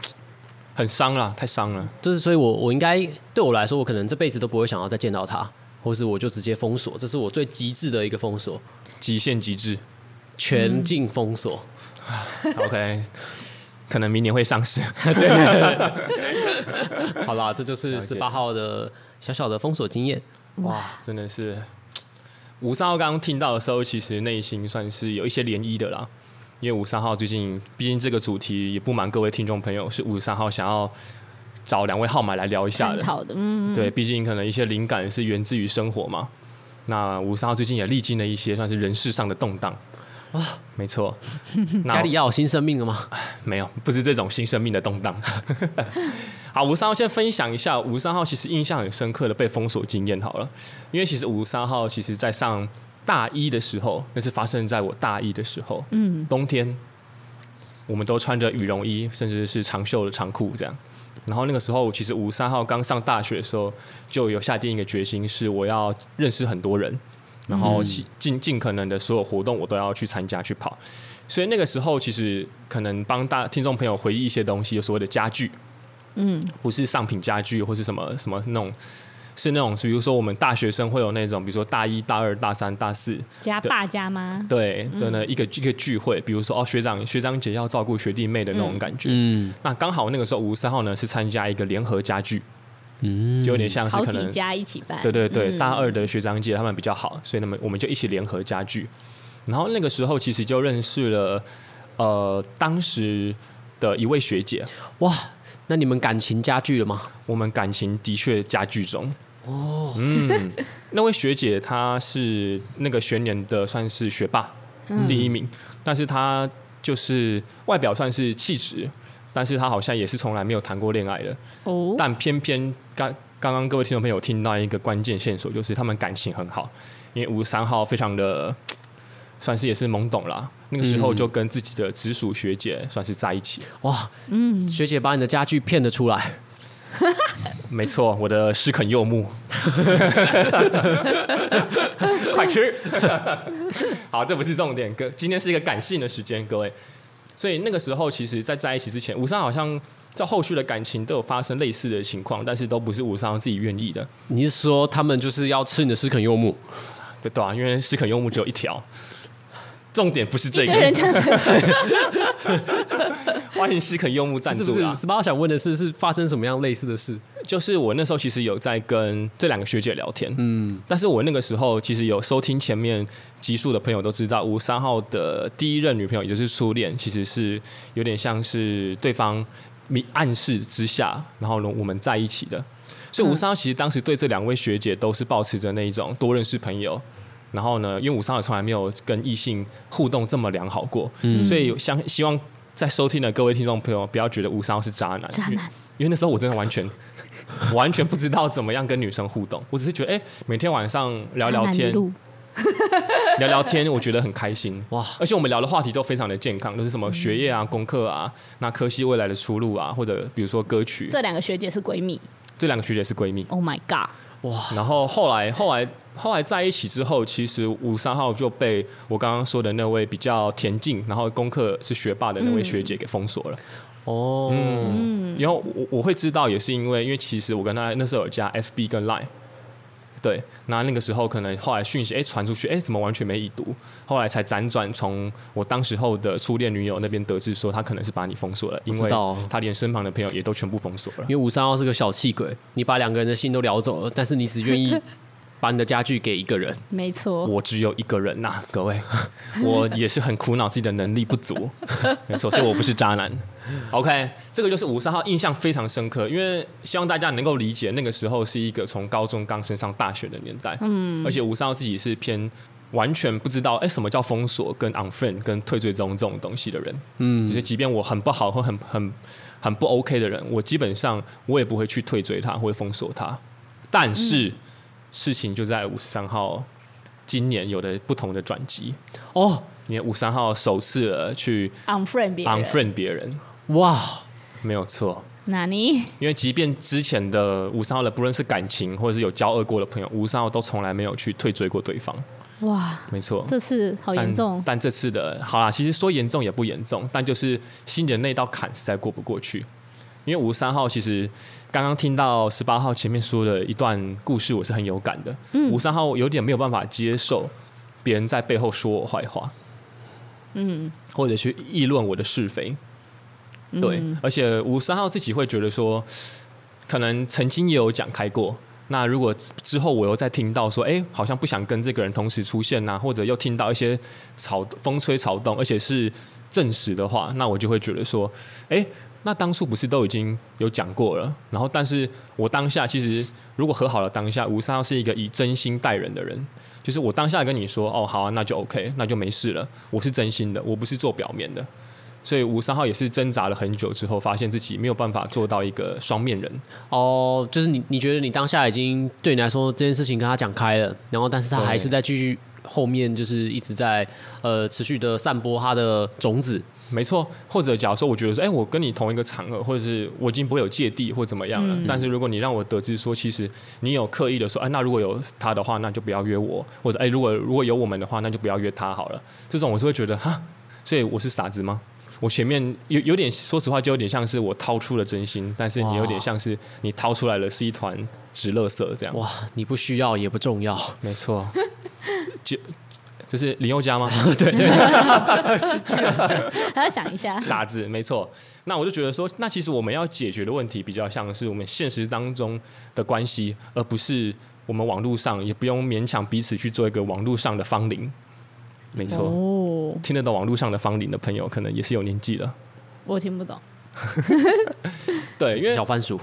[SPEAKER 1] 很伤啦，太伤了。
[SPEAKER 2] 就是所以我我应该对我来说，我可能这辈子都不会想要再见到他，或是我就直接封锁，这是我最极致的一个封锁，
[SPEAKER 1] 极限极 [LAUGHS] 致。
[SPEAKER 2] 全境封锁。
[SPEAKER 1] OK，可能明年会上市。
[SPEAKER 2] [LAUGHS] 好啦，这就是
[SPEAKER 1] 了解
[SPEAKER 2] 十八号的小小的封锁经验。
[SPEAKER 1] 哇，真的是五三号刚刚听到的时候，其实内心算是有一些涟漪的啦。因为五三号最近，毕竟这个主题也不瞒各位听众朋友，是五三号想要找两位号码来聊一下
[SPEAKER 3] 探
[SPEAKER 1] 的。
[SPEAKER 3] 讨的，嗯，
[SPEAKER 1] 对，毕竟可能一些灵感是源自于生活嘛。那五三号最近也历经了一些算是人事上的动荡。哇，没
[SPEAKER 3] [LAUGHS]
[SPEAKER 1] 错，那
[SPEAKER 2] 家里要有新生命了吗？
[SPEAKER 1] 没有，不是这种新生命的动荡。 [LAUGHS] 好，五十三号先分享一下五十三号其实印象很深刻的被封锁经验好了，因为其实五十三号其实在上大一的时候，那是发生在我大一的时候，嗯，冬天，我们都穿着羽绒衣，甚至是长袖的长裤这样。然后那个时候，其实五十三号刚上大学的时候，就有下定一个决心，是我要认识很多人，然后其尽尽可能的所有活动我都要去参加去跑。所以那个时候，其实可能帮大听众朋友回忆一些东西，有所谓的家具，
[SPEAKER 3] 嗯，
[SPEAKER 1] 不是上品家具或是什么什么那种，是那种，比如说我们大学生会有那种，比如说大一、大二、大三、大四，
[SPEAKER 3] 加爸加妈，
[SPEAKER 1] 对
[SPEAKER 3] 嗯
[SPEAKER 1] 的呢、一个一个聚会，比如说哦学长学长姐要照顾学弟妹的那种感觉。
[SPEAKER 2] 嗯
[SPEAKER 1] 那刚好那个时候五十三号呢是参加一个联合家具，
[SPEAKER 2] 嗯，
[SPEAKER 1] 就有点像是
[SPEAKER 3] 好
[SPEAKER 1] 可
[SPEAKER 3] 几
[SPEAKER 1] 能
[SPEAKER 3] 家一起办，
[SPEAKER 1] 对对对，
[SPEAKER 3] 嗯
[SPEAKER 1] 大二的学长姐他们比较好，所以那么我们就一起联合家具。然后那个时候其实就认识了，呃，当时的一位学姐，
[SPEAKER 2] 哇，那你们感情加剧了吗？
[SPEAKER 1] 我们感情的确加剧中。哦，嗯，那位学姐她是那个学年的算是学霸、第一名，但是她就是外表算是气质，但是她好像也是从来没有谈过恋爱的。
[SPEAKER 3] 哦，
[SPEAKER 1] 但偏偏刚刚刚各位听众朋友听到一个关键线索，就是他们感情很好，因为五十三号非常的算是也是懵懂啦，那个时候就跟自己的直属学姐算是在一起。
[SPEAKER 2] 哇，学姐把你的家具骗得出来，
[SPEAKER 1] 没错，我的诗肯柚木，快吃。好，这不是重点，哥，今天是一个感性的时间，各位。所以那个时候，其实，在在一起之前，五三好像在后续的感情都有发生类似的情况，但是都不是五三自己愿意的。
[SPEAKER 2] 你是说他们就是要吃你的诗肯柚木？
[SPEAKER 1] 对对啊，因为诗肯柚木只有一条。重点不是这
[SPEAKER 3] 一堆人
[SPEAKER 1] 个，
[SPEAKER 3] 这样 [LAUGHS] 子，
[SPEAKER 1] [LAUGHS] 欢迎诗肯柚木赞
[SPEAKER 2] 是不
[SPEAKER 1] 助
[SPEAKER 2] 是
[SPEAKER 1] 啦。
[SPEAKER 2] 十八想问的是，是发生什么样类似的事？
[SPEAKER 1] 就是我那时候其实有在跟这两个学姐聊天，嗯，但是我那个时候其实有收听前面集数的朋友都知道，吴三号的第一任女朋友，也就是初恋，其实是有点像是对方明暗示之下，然后呢我们在一起的。所以吴三号其实当时对这两位学姐都是保持着那一种多认识朋友，然后呢，因为五三也从来没有跟异性互动这么良好过，所以相希望在收听的各位听众朋友不要觉得五三是渣男，
[SPEAKER 3] 渣男
[SPEAKER 1] 因为，因为那时候我真的完全 [LAUGHS] 完全不知道怎么样跟女生互动，我只是觉得哎、每天晚上聊聊
[SPEAKER 3] 渣男
[SPEAKER 1] 天
[SPEAKER 3] 路
[SPEAKER 1] [LAUGHS] 聊聊天，我觉得很开心
[SPEAKER 2] 哇
[SPEAKER 1] 哇！而且我们聊的话题都非常的健康，都是什么学业啊、功课啊，那科系未来的出路啊，或者比如说歌曲，
[SPEAKER 3] 这两个学姐是闺蜜
[SPEAKER 1] 这两个学姐是闺蜜，
[SPEAKER 3] ，Oh my god，
[SPEAKER 1] 然后后来后来后来在一起之后，其实五三号就被我刚刚说的那位比较田径，然后功课是学霸的那位学姐给封锁了。
[SPEAKER 2] 哦，
[SPEAKER 1] 然后我我会知道，也是因为因为其实我跟他那时候有加 FB 跟 Line，对，那那个时候可能后来讯息哎传出去，哎怎么完全没已读？后来才辗转从我当时候的初恋女友那边得知说，她可能是把你封锁了，因
[SPEAKER 2] 知
[SPEAKER 1] 为
[SPEAKER 2] 道哦
[SPEAKER 1] 她连身旁的朋友也都全部封锁了
[SPEAKER 2] 因。为五三幺是个小气鬼，你把两个人的心都聊走了，但是你只愿意把你的家具给一个人。
[SPEAKER 3] 没错，
[SPEAKER 1] 我只有一个人呐、各位， [LAUGHS] 我也是很苦恼自己的能力不足， [LAUGHS] 没错，所以我不是渣男。OK，这个就是五三号印象非常深刻，因为希望大家能够理解，那个时候是一个从高中刚升上大学的年代，嗯，而且五三号自己是偏完全不知道哎、什么叫封锁、跟 unfriend、跟退追踪这种东西的人，嗯，就是即便我很不好或很很很不 OK 的人，我基本上我也不会去退追他或者封锁他，但是。事情就在五十三号今年有的不同的转机。
[SPEAKER 2] 哦，
[SPEAKER 1] 你五三号首次呃去
[SPEAKER 3] unfriend 别人，
[SPEAKER 1] unfriend 别人，
[SPEAKER 2] 哇，
[SPEAKER 1] 没有错。
[SPEAKER 3] 哪尼？
[SPEAKER 1] 因为即便之前的五三号的，不论是感情或者是有交恶过的朋友，五三号都从来没有去退追过对方。
[SPEAKER 3] 哇，
[SPEAKER 1] 没错，
[SPEAKER 3] 这次好严重
[SPEAKER 1] 但。但这次的好啦，其实说严重也不严重，但就是新人那道坎实在过不过去。因为五十三号其实刚刚听到十八号前面说的一段故事，我是很有感的。
[SPEAKER 3] 嗯
[SPEAKER 1] 五十三号有点没有办法接受别人在背后说我坏话，嗯，或者去议论我的是非。对，
[SPEAKER 3] 嗯
[SPEAKER 1] 而且五十三号自己会觉得说，可能曾经也有讲开过。那如果之后我又再听到说，哎、好像不想跟这个人同时出现呐、或者又听到一些草风吹草动，而且是证实的话，那我就会觉得说，哎、那当初不是都已经有讲过了？然后，但是我当下其实如果和好了，当下吴三号是一个以真心待人的人，就是我当下跟你说，哦，好啊，那就 OK，那就没事了，我是真心的，我不是做表面的。所以吴三号也是挣扎了很久之后，发现自己没有办法做到一个双面人，
[SPEAKER 2] 哦，就是你，你觉得你当下已经对你来说这件事情跟他讲开了，然后但是他
[SPEAKER 1] 对
[SPEAKER 2] 还是在继续后面就是一直在呃持续的散播他的种子。
[SPEAKER 1] 没错，或者假如说我觉得说，哎、我跟你同一个场合，或者是我已经不会有芥蒂或怎么样了。
[SPEAKER 2] 嗯
[SPEAKER 1] 但是如果你让我得知说，其实你有刻意的说，哎、那如果有他的话，那就不要约我，或者哎、如果如果有我们的话，那就不要约他好了。这种我是会觉得哈，所以我是傻子吗？我前面有有点，说实话，就有点像是我掏出了真心，但是你有点
[SPEAKER 2] 哇
[SPEAKER 1] 像是你掏出来了是一团纸垃圾这样。
[SPEAKER 2] 哇，你不需要也不重要，
[SPEAKER 1] 没错，就就是林宥嘉
[SPEAKER 2] [LAUGHS]
[SPEAKER 1] 吗？
[SPEAKER 3] 还要想一下，
[SPEAKER 1] 傻子， [LAUGHS] 没错。那我就觉得说，那其实我们要解决的问题比较像是我们现实当中的关系，而不是我们网络上也不用勉强彼此去做一个网络上的芳龄。没错，
[SPEAKER 3] 哦，
[SPEAKER 1] 听得懂网络上的芳龄的朋友，可能也是有年纪了。
[SPEAKER 3] 我听不懂。
[SPEAKER 1] 对，因为
[SPEAKER 2] 小番薯。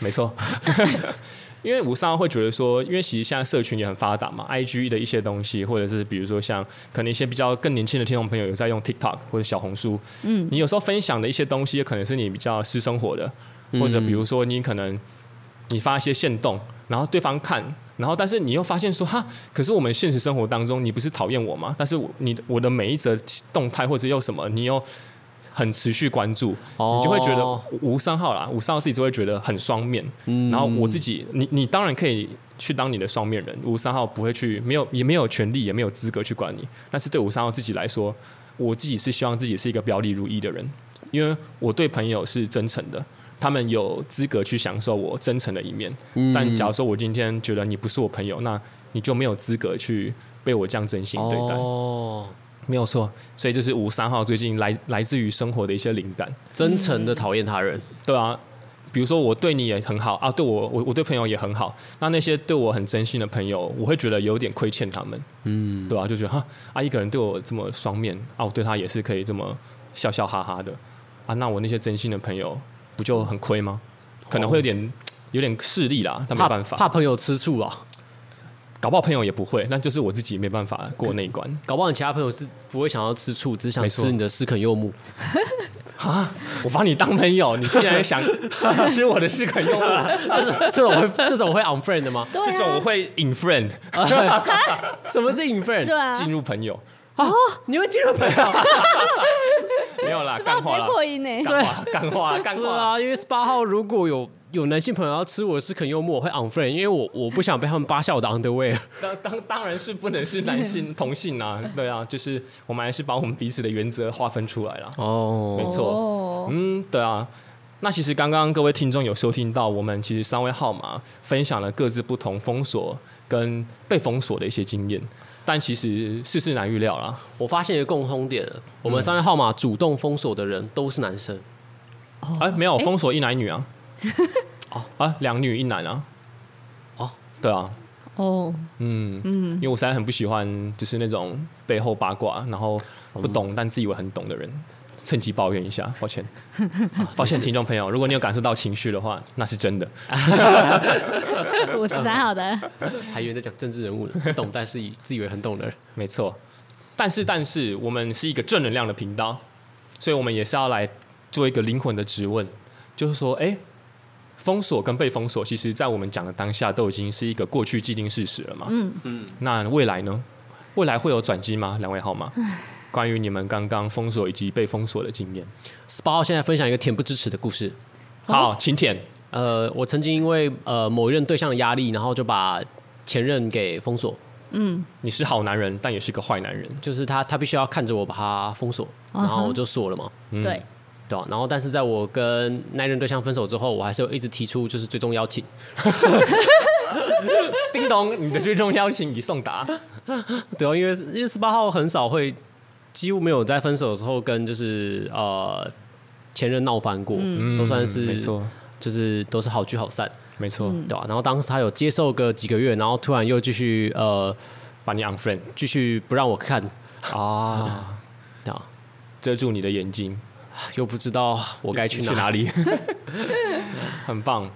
[SPEAKER 1] 没错，因为五三会觉得说，因为其实现在社群也很发达嘛，IG 的一些东西，或者是比如说像可能一些比较更年轻的听众朋友有在用 TikTok 或者小红书，嗯，你有时候分享的一些东西，可能是你比较私生活的，或者比如说你可能你发一些线动，然后对方看，然后但是你又发现说哈，可是我们现实生活当中你不是讨厌我吗？但是我你我的每一则动态或者又什么，你又很持续关注，
[SPEAKER 2] 哦嗯
[SPEAKER 1] 你就会觉得无三号啦，无三号自己就会觉得很双面。然后我自己，你你当然可以去当你的双面人，无三号不会去，没有也没有权利，也没有资格去管你。但是对无三号自己来说，我自己是希望自己是一个表里如一的人，因为我对朋友是真诚的。他们有资格去享受我真诚的一面，
[SPEAKER 2] 嗯
[SPEAKER 1] 但假如说我今天觉得你不是我朋友，那你就没有资格去被我这样真心对待。
[SPEAKER 2] 哦，
[SPEAKER 1] 没有错，所以就是五三号最近来来自于生活的一些灵感，
[SPEAKER 2] 真诚的讨厌他人。
[SPEAKER 1] 对啊，比如说我对你也很好啊，对我我我对朋友也很好，那那些对我很真心的朋友，我会觉得有点亏欠他们，嗯，对啊，就觉得哈啊一个人对我这么双面啊，我对他也是可以这么笑笑哈哈的啊，那我那些真心的朋友不就很亏吗？可能会有点、有点势利啦，但没
[SPEAKER 2] 哦怕
[SPEAKER 1] 办法，
[SPEAKER 2] 怕朋友吃醋啊，
[SPEAKER 1] 搞不好朋友也不会，那就是我自己没办法过那一关。
[SPEAKER 2] 搞不好你其他朋友是不会想要吃醋，只想
[SPEAKER 1] 没错
[SPEAKER 2] 吃你的斯肯柚木。 [LAUGHS]
[SPEAKER 1] 我把你当朋友，你竟然
[SPEAKER 2] [LAUGHS]
[SPEAKER 1] 想吃我的是肯用物。
[SPEAKER 2] 这是这种会这种会 unfriend 的吗？
[SPEAKER 3] 对
[SPEAKER 1] 这种我
[SPEAKER 3] 啊，
[SPEAKER 1] 会 in friend
[SPEAKER 2] 什么是 unfriend？
[SPEAKER 3] 对啊，
[SPEAKER 1] 进入朋友，
[SPEAKER 2] 你会进入朋
[SPEAKER 1] 啊
[SPEAKER 2] 友？
[SPEAKER 1] 没有啦，
[SPEAKER 3] 然
[SPEAKER 1] 干
[SPEAKER 3] 后
[SPEAKER 1] 话
[SPEAKER 3] 直接
[SPEAKER 1] 啦，
[SPEAKER 3] 破音呢。
[SPEAKER 2] [LAUGHS]
[SPEAKER 1] 干话，干话，干
[SPEAKER 2] 啊是
[SPEAKER 1] 话啦。
[SPEAKER 2] 啊，因为十八号如果有有男性朋友要吃我的斯肯柚木，我会 unfriend，因为我我不想被他们扒下我的 underwear。
[SPEAKER 1] 当当当然是不能是男性同性
[SPEAKER 2] [LAUGHS]
[SPEAKER 1] 啊，对啊，就是我们还是把我们彼此的原则划分出来啦。
[SPEAKER 2] 哦
[SPEAKER 1] 没错
[SPEAKER 3] 哦，
[SPEAKER 1] 嗯，对啊。那其实刚刚各位听众有收听到，我们其实三位号码分享了各自不同封锁跟被封锁的一些经验，但其实世事难预料啦。
[SPEAKER 2] 我发现一个共通点了，我们三位号码主动封锁的人都是男生。哦
[SPEAKER 1] 哎、没有封锁一男一
[SPEAKER 2] [LAUGHS]
[SPEAKER 1] 女啊，哦啊，两女一男啊，
[SPEAKER 2] 哦，
[SPEAKER 1] 对啊，
[SPEAKER 3] 哦，
[SPEAKER 1] 嗯嗯，因为我实在很不喜欢就是那种背后八卦，然后不懂但自以为很懂的人，趁机抱怨一下，抱歉，啊抱歉，听众朋友，如果你有感受到情绪的话，那是真的。
[SPEAKER 3] 五十三号的，
[SPEAKER 2] 还以为在讲政治人物呢，不懂但是以自以为很懂的人。
[SPEAKER 1] 没错，但是但是我们是一个正能量的频道，所以我们也是要来做一个灵魂的质问，就是说，哎，封锁跟被封锁，其实在我们讲的当下都已经是一个过去既定事实了嘛。
[SPEAKER 3] 嗯
[SPEAKER 1] 嗯。那未来呢？未来会有转机吗？两位好吗？关于你们刚刚封锁以及被封锁的经验，
[SPEAKER 2] 十八号现在分享一个恬不知耻的故事。
[SPEAKER 1] 好，请舔。
[SPEAKER 2] 呃，我曾经因为呃某一任对象的压力，然后就把前任给封锁，
[SPEAKER 1] 你是好男人，但也是个坏男人。
[SPEAKER 2] 就是他他必须要看着我把他封锁，然
[SPEAKER 3] 嗯
[SPEAKER 2] 后
[SPEAKER 3] 哼
[SPEAKER 2] 我就锁了嘛，
[SPEAKER 1] 嗯
[SPEAKER 3] 对，
[SPEAKER 2] 对吧、然后但是在我跟那任对象分手之后，我还是有一直提出就是追踪邀请，
[SPEAKER 1] 叮咚，你的最终邀请已送达。
[SPEAKER 2] 对啊，因为因为十八号很少会，几乎没有在分手的时候跟就是呃前任闹翻过，
[SPEAKER 3] 嗯
[SPEAKER 2] 都算是
[SPEAKER 1] 嗯没错，嗯
[SPEAKER 2] 就是都是好聚好散，
[SPEAKER 1] 没错，
[SPEAKER 2] 对吧、然后当时他有接受个几个月，然后突然又继续呃
[SPEAKER 1] 把你 unfriend
[SPEAKER 2] 继续不让我看，
[SPEAKER 1] 啊，
[SPEAKER 2] 对吧、
[SPEAKER 1] 遮住你的眼睛。
[SPEAKER 2] 又不知道我该去
[SPEAKER 1] 去
[SPEAKER 2] 哪。
[SPEAKER 1] 哪里？ [LAUGHS] 很棒。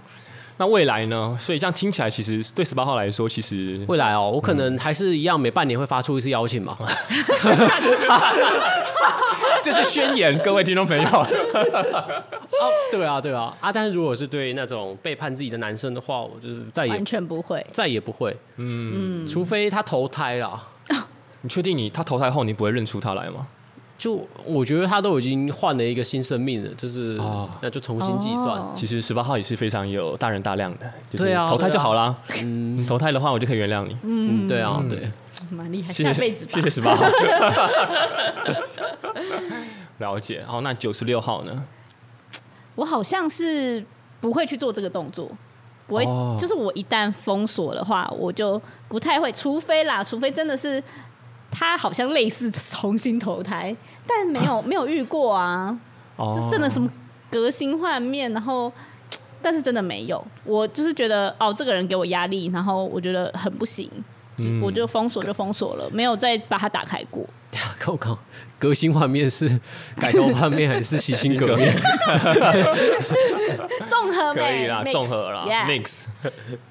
[SPEAKER 1] 那未来呢？所以这样听起来，其实对十八号来说，其实
[SPEAKER 2] [LAUGHS] 未来哦，我可能还是一样，每半年会发出一次邀请啊吧。
[SPEAKER 1] 这是宣言， [LAUGHS] 各位听众朋友。
[SPEAKER 2] 哦，对啊，对啊，啊！但是如果是对那种背叛自己的男生的话，我就是再也
[SPEAKER 3] 完全不会。
[SPEAKER 2] 再也不会，嗯，除非他投胎了。
[SPEAKER 1] 你确定你他投胎后，你不会认出他来吗？
[SPEAKER 2] 就我觉得他都已经换了一个新生命了，就是、
[SPEAKER 1] 啊
[SPEAKER 2] 那就重新计算。
[SPEAKER 3] 哦
[SPEAKER 1] 其实十八号也是非常有大人大量的，就是
[SPEAKER 2] 对啊
[SPEAKER 1] 投胎就好啦。嗯，投胎的话，我就可以原谅你。
[SPEAKER 2] 嗯，对啊，对，
[SPEAKER 3] 蛮厉害，
[SPEAKER 1] 谢
[SPEAKER 3] 下
[SPEAKER 1] 谢，
[SPEAKER 3] 辈子吧。
[SPEAKER 1] 谢谢十八号。了解。好，那九十六号呢？
[SPEAKER 3] 我好像是不会去做这个动作，我会、
[SPEAKER 1] 哦
[SPEAKER 3] 就是我一旦封锁的话，我就不太会，除非啦，除非真的是他好像类似重新投胎，但没有没有遇过啊，就是
[SPEAKER 1] 哦，
[SPEAKER 3] 真的什么革新换面，然后。但是真的没有，我就是觉得哦，这个人给我压力，然后我觉得很不行，
[SPEAKER 1] 嗯
[SPEAKER 3] 我就封锁就封锁了，没有再把它打开过。
[SPEAKER 2] 我靠，革新换面是改头换面还是洗心革面？
[SPEAKER 3] 综合
[SPEAKER 1] 可以啦，
[SPEAKER 3] 呗
[SPEAKER 1] 综合啦
[SPEAKER 3] mix，yeah
[SPEAKER 1] ，mix。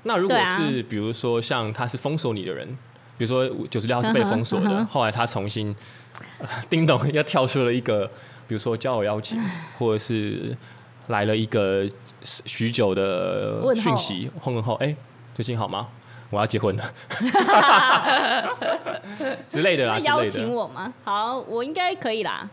[SPEAKER 1] 那 [LAUGHS] 如果
[SPEAKER 3] 对啊
[SPEAKER 1] 是比如说像他是封锁你的人，比如说九十六号是被封锁
[SPEAKER 3] 嗯哼
[SPEAKER 1] 的
[SPEAKER 3] 嗯哼，
[SPEAKER 1] 后来他重新 [LAUGHS] 呃叮咚又跳出了一个，比如说交友邀请，或者是来了一个许久的
[SPEAKER 3] 问候
[SPEAKER 1] 讯息，问问后，哎，最近好吗？我要结婚
[SPEAKER 3] [LAUGHS]
[SPEAKER 1] 了之类的啦，
[SPEAKER 3] 那
[SPEAKER 1] 之
[SPEAKER 3] 邀
[SPEAKER 1] 类
[SPEAKER 3] 请
[SPEAKER 1] 的
[SPEAKER 3] 我吗？好，我应该可以啦。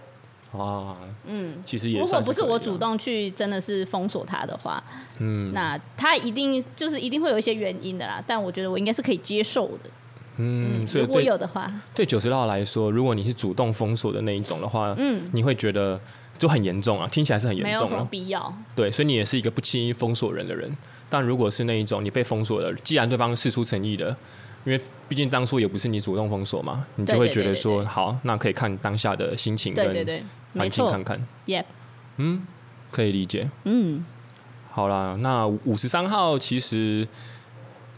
[SPEAKER 1] 啊，
[SPEAKER 3] 嗯，
[SPEAKER 1] 其实也
[SPEAKER 3] 如果
[SPEAKER 1] 算
[SPEAKER 3] 不
[SPEAKER 1] 是
[SPEAKER 3] 是
[SPEAKER 1] 可以
[SPEAKER 3] 我
[SPEAKER 1] 啦
[SPEAKER 3] 主，动去，真的是封锁他的话，
[SPEAKER 1] 嗯
[SPEAKER 3] 那他一定就是一定会有一些原因的啦。但我觉得我应该是可以接受的。
[SPEAKER 1] 嗯，所以
[SPEAKER 3] 如果
[SPEAKER 1] 对
[SPEAKER 3] 有的话，
[SPEAKER 1] 对九十道来说，如果你是主动封锁的那一种的话，
[SPEAKER 3] 嗯
[SPEAKER 1] 你会觉得就很严重啊，听起来是很
[SPEAKER 3] 没
[SPEAKER 1] 严
[SPEAKER 3] 有
[SPEAKER 1] 重
[SPEAKER 3] 什么
[SPEAKER 1] 了、
[SPEAKER 3] 必要。
[SPEAKER 1] 对，所以你也是一个不轻易封锁人的人。但如果是那一种你被封锁了，既然对方事出诚意的，因为毕竟当初也不是你主动封锁嘛，你就会
[SPEAKER 3] 对对
[SPEAKER 1] 觉得
[SPEAKER 3] 对
[SPEAKER 1] 说
[SPEAKER 3] 对对
[SPEAKER 1] 好，那可以看当下的心情
[SPEAKER 3] 对对
[SPEAKER 1] 跟
[SPEAKER 3] 对，没
[SPEAKER 1] 环境
[SPEAKER 3] 错
[SPEAKER 1] 看看，
[SPEAKER 3] ，Yep，
[SPEAKER 1] 可以理解。
[SPEAKER 3] 嗯，
[SPEAKER 1] 好啦，那五十三号其实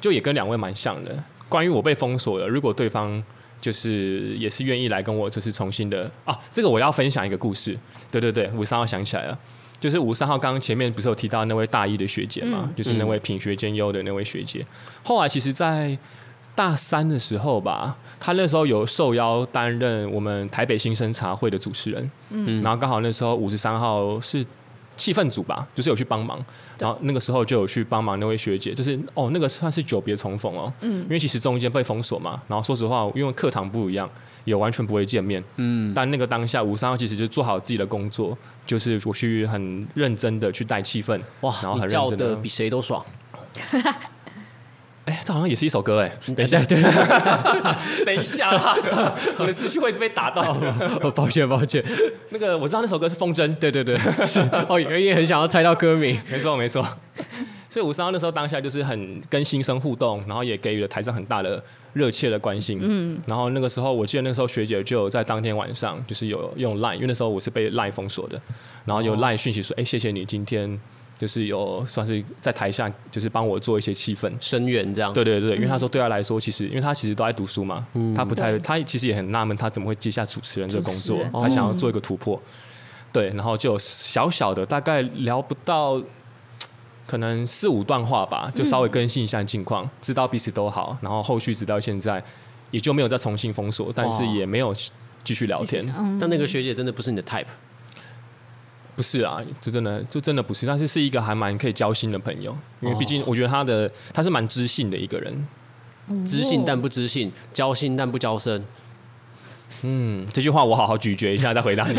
[SPEAKER 1] 就也跟两位蛮像的。关于我被封锁了，如果对方就是也是愿意来跟我就是重新的啊，这个我要分享一个故事。对对对，五十三号想起来了，就是五十三号刚刚前面不是有提到那位大一的学姐嘛，就是那位品学兼优的那位学姐。后来其实，在大三的时候吧，她那时候有受邀担任我们台北新生茶会的主持人，嗯，然后刚好那时候五十三号是气氛组吧，就是有去帮忙，然后那个时候就有去帮忙那位学姐，就是哦，那个算是久别重逢哦，嗯，因为其实中间被封锁嘛，然后说实话，因为课堂不一样，也完全不会见面，嗯，但那个当下，吴三号其实就做好自己的工作，就是我去很认真的去带气氛，
[SPEAKER 2] 哇
[SPEAKER 1] 然后，很认
[SPEAKER 2] 你叫
[SPEAKER 1] 真
[SPEAKER 2] 的
[SPEAKER 1] 的
[SPEAKER 2] 比谁都爽。
[SPEAKER 1] 哎，这好像也是一首歌哎，
[SPEAKER 2] 等一下，对，
[SPEAKER 1] 等一下 [LAUGHS] 啦，我的思绪会一直被打到。
[SPEAKER 2] 抱歉抱歉，
[SPEAKER 1] 那个我知道那首歌是风筝，
[SPEAKER 2] 对对对，是哦，原也很想要猜到歌名，
[SPEAKER 1] [LAUGHS] 没错没错。所以五三幺那时候当下就是很跟新生互动，然后也给予了台上很大的热切的关心。嗯，然后那个时候我记得那时候学姐就有在当天晚上就是有用 Line，因为那时候我是被 Line 封锁的，然后有 Line 讯息说，哎、谢谢你今天就是有算是在台下就是帮我做一些气氛。
[SPEAKER 2] 深远这样，
[SPEAKER 1] 对对对，因为他说对他来说，其实因为他其实都在读书嘛，他不太
[SPEAKER 3] 对
[SPEAKER 1] 他其实也很纳闷，他怎么会接下主持人这个工
[SPEAKER 3] 主
[SPEAKER 1] 作
[SPEAKER 3] 持人？
[SPEAKER 1] 他想要做一个突破，对，然后就有小小的大概聊不到。可能四五段话吧，就稍微更新一下近况，知道彼此都好，然后后续直到现在也就没有再重新封锁，但是
[SPEAKER 2] 哇
[SPEAKER 1] 也没有继续聊天。
[SPEAKER 3] 嗯，
[SPEAKER 2] 但那个学姐真的不是你的 type，
[SPEAKER 1] 不是啊，这真的就真的不是，但是是一个还蛮可以交心的朋友，因为毕竟我觉得他的、他是蛮知性的一个人，
[SPEAKER 2] 知性但不知性，交心但不交身，
[SPEAKER 1] 这句话我好好咀嚼一下再回答你。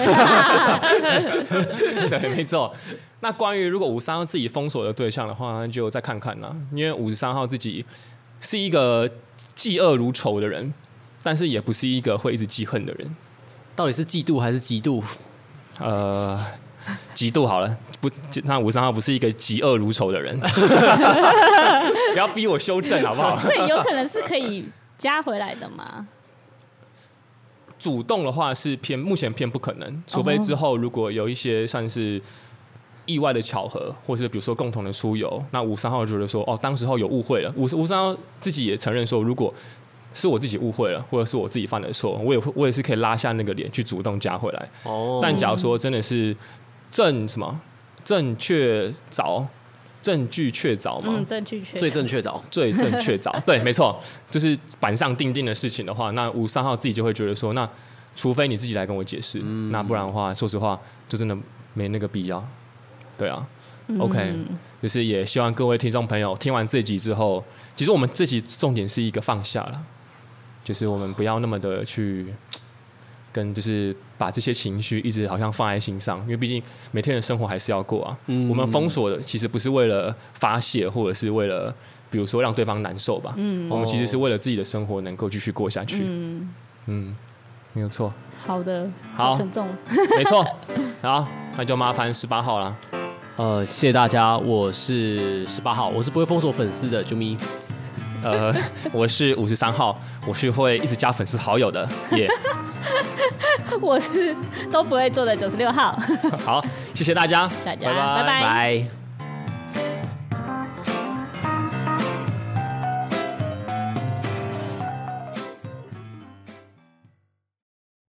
[SPEAKER 1] 对，没错。那关于如果五十三号自己封锁的对象的话，那就再看看啦，因为五十三号自己是一个嫉恶如仇的人，但是也不是一个会一直记恨的人。
[SPEAKER 2] 到底是嫉妒还是嫉妒？
[SPEAKER 1] 呃，极度好了，不，那五十三号不是一个嫉恶如仇的人， [LAUGHS] 不要逼我修正好不好？
[SPEAKER 3] [LAUGHS] 所以有可能是可以加回来的嘛？
[SPEAKER 1] 主动的话是偏目前偏不可能，除非之后如果有一些算是意外的巧合，或是比如说共同的出游，那五三号觉得说哦，当时候有误会了，五五三号自己也承认说，如果是我自己误会了，或者是我自己犯的错，我也会我也是可以拉下那个脸去主动加回来。
[SPEAKER 2] 哦，
[SPEAKER 1] 但假如说真的是正什么正确凿证据确凿嘛，
[SPEAKER 3] 嗯，证据确
[SPEAKER 2] 最正确找
[SPEAKER 1] 最正确凿，对，没错，就是板上钉钉的事情的话，那五三号自己就会觉得说，那除非你自己来跟我解释，那不然的话，说实话，就真的没那个必要。对啊、o k 就是也希望各位听众朋友听完这集之后，其实我们这集重点是一个放下了，就是我们不要那么的去跟就是把这些情绪一直好像放在心上，因为毕竟每天的生活还是要过啊。
[SPEAKER 2] 嗯
[SPEAKER 1] 我们封锁的其实不是为了发泄，或者是为了比如说让对方难受吧。嗯，我们其实
[SPEAKER 2] 哦
[SPEAKER 1] 是为了自己的生活能够继续过下去。嗯没有错，
[SPEAKER 3] 好的，
[SPEAKER 1] 好
[SPEAKER 3] 沉重。
[SPEAKER 1] 没错。好，那就麻烦十八号啦。
[SPEAKER 2] 呃，谢谢大家，我是十八号，我是不会封锁粉丝的，啾咪，
[SPEAKER 1] 呃，我是五十三号，我是会一直加粉丝好友的，耶、
[SPEAKER 3] 我是都不会做的九十六号， [LAUGHS]
[SPEAKER 1] 好，谢谢大家，
[SPEAKER 3] 大家
[SPEAKER 1] 拜
[SPEAKER 3] 拜
[SPEAKER 2] 拜。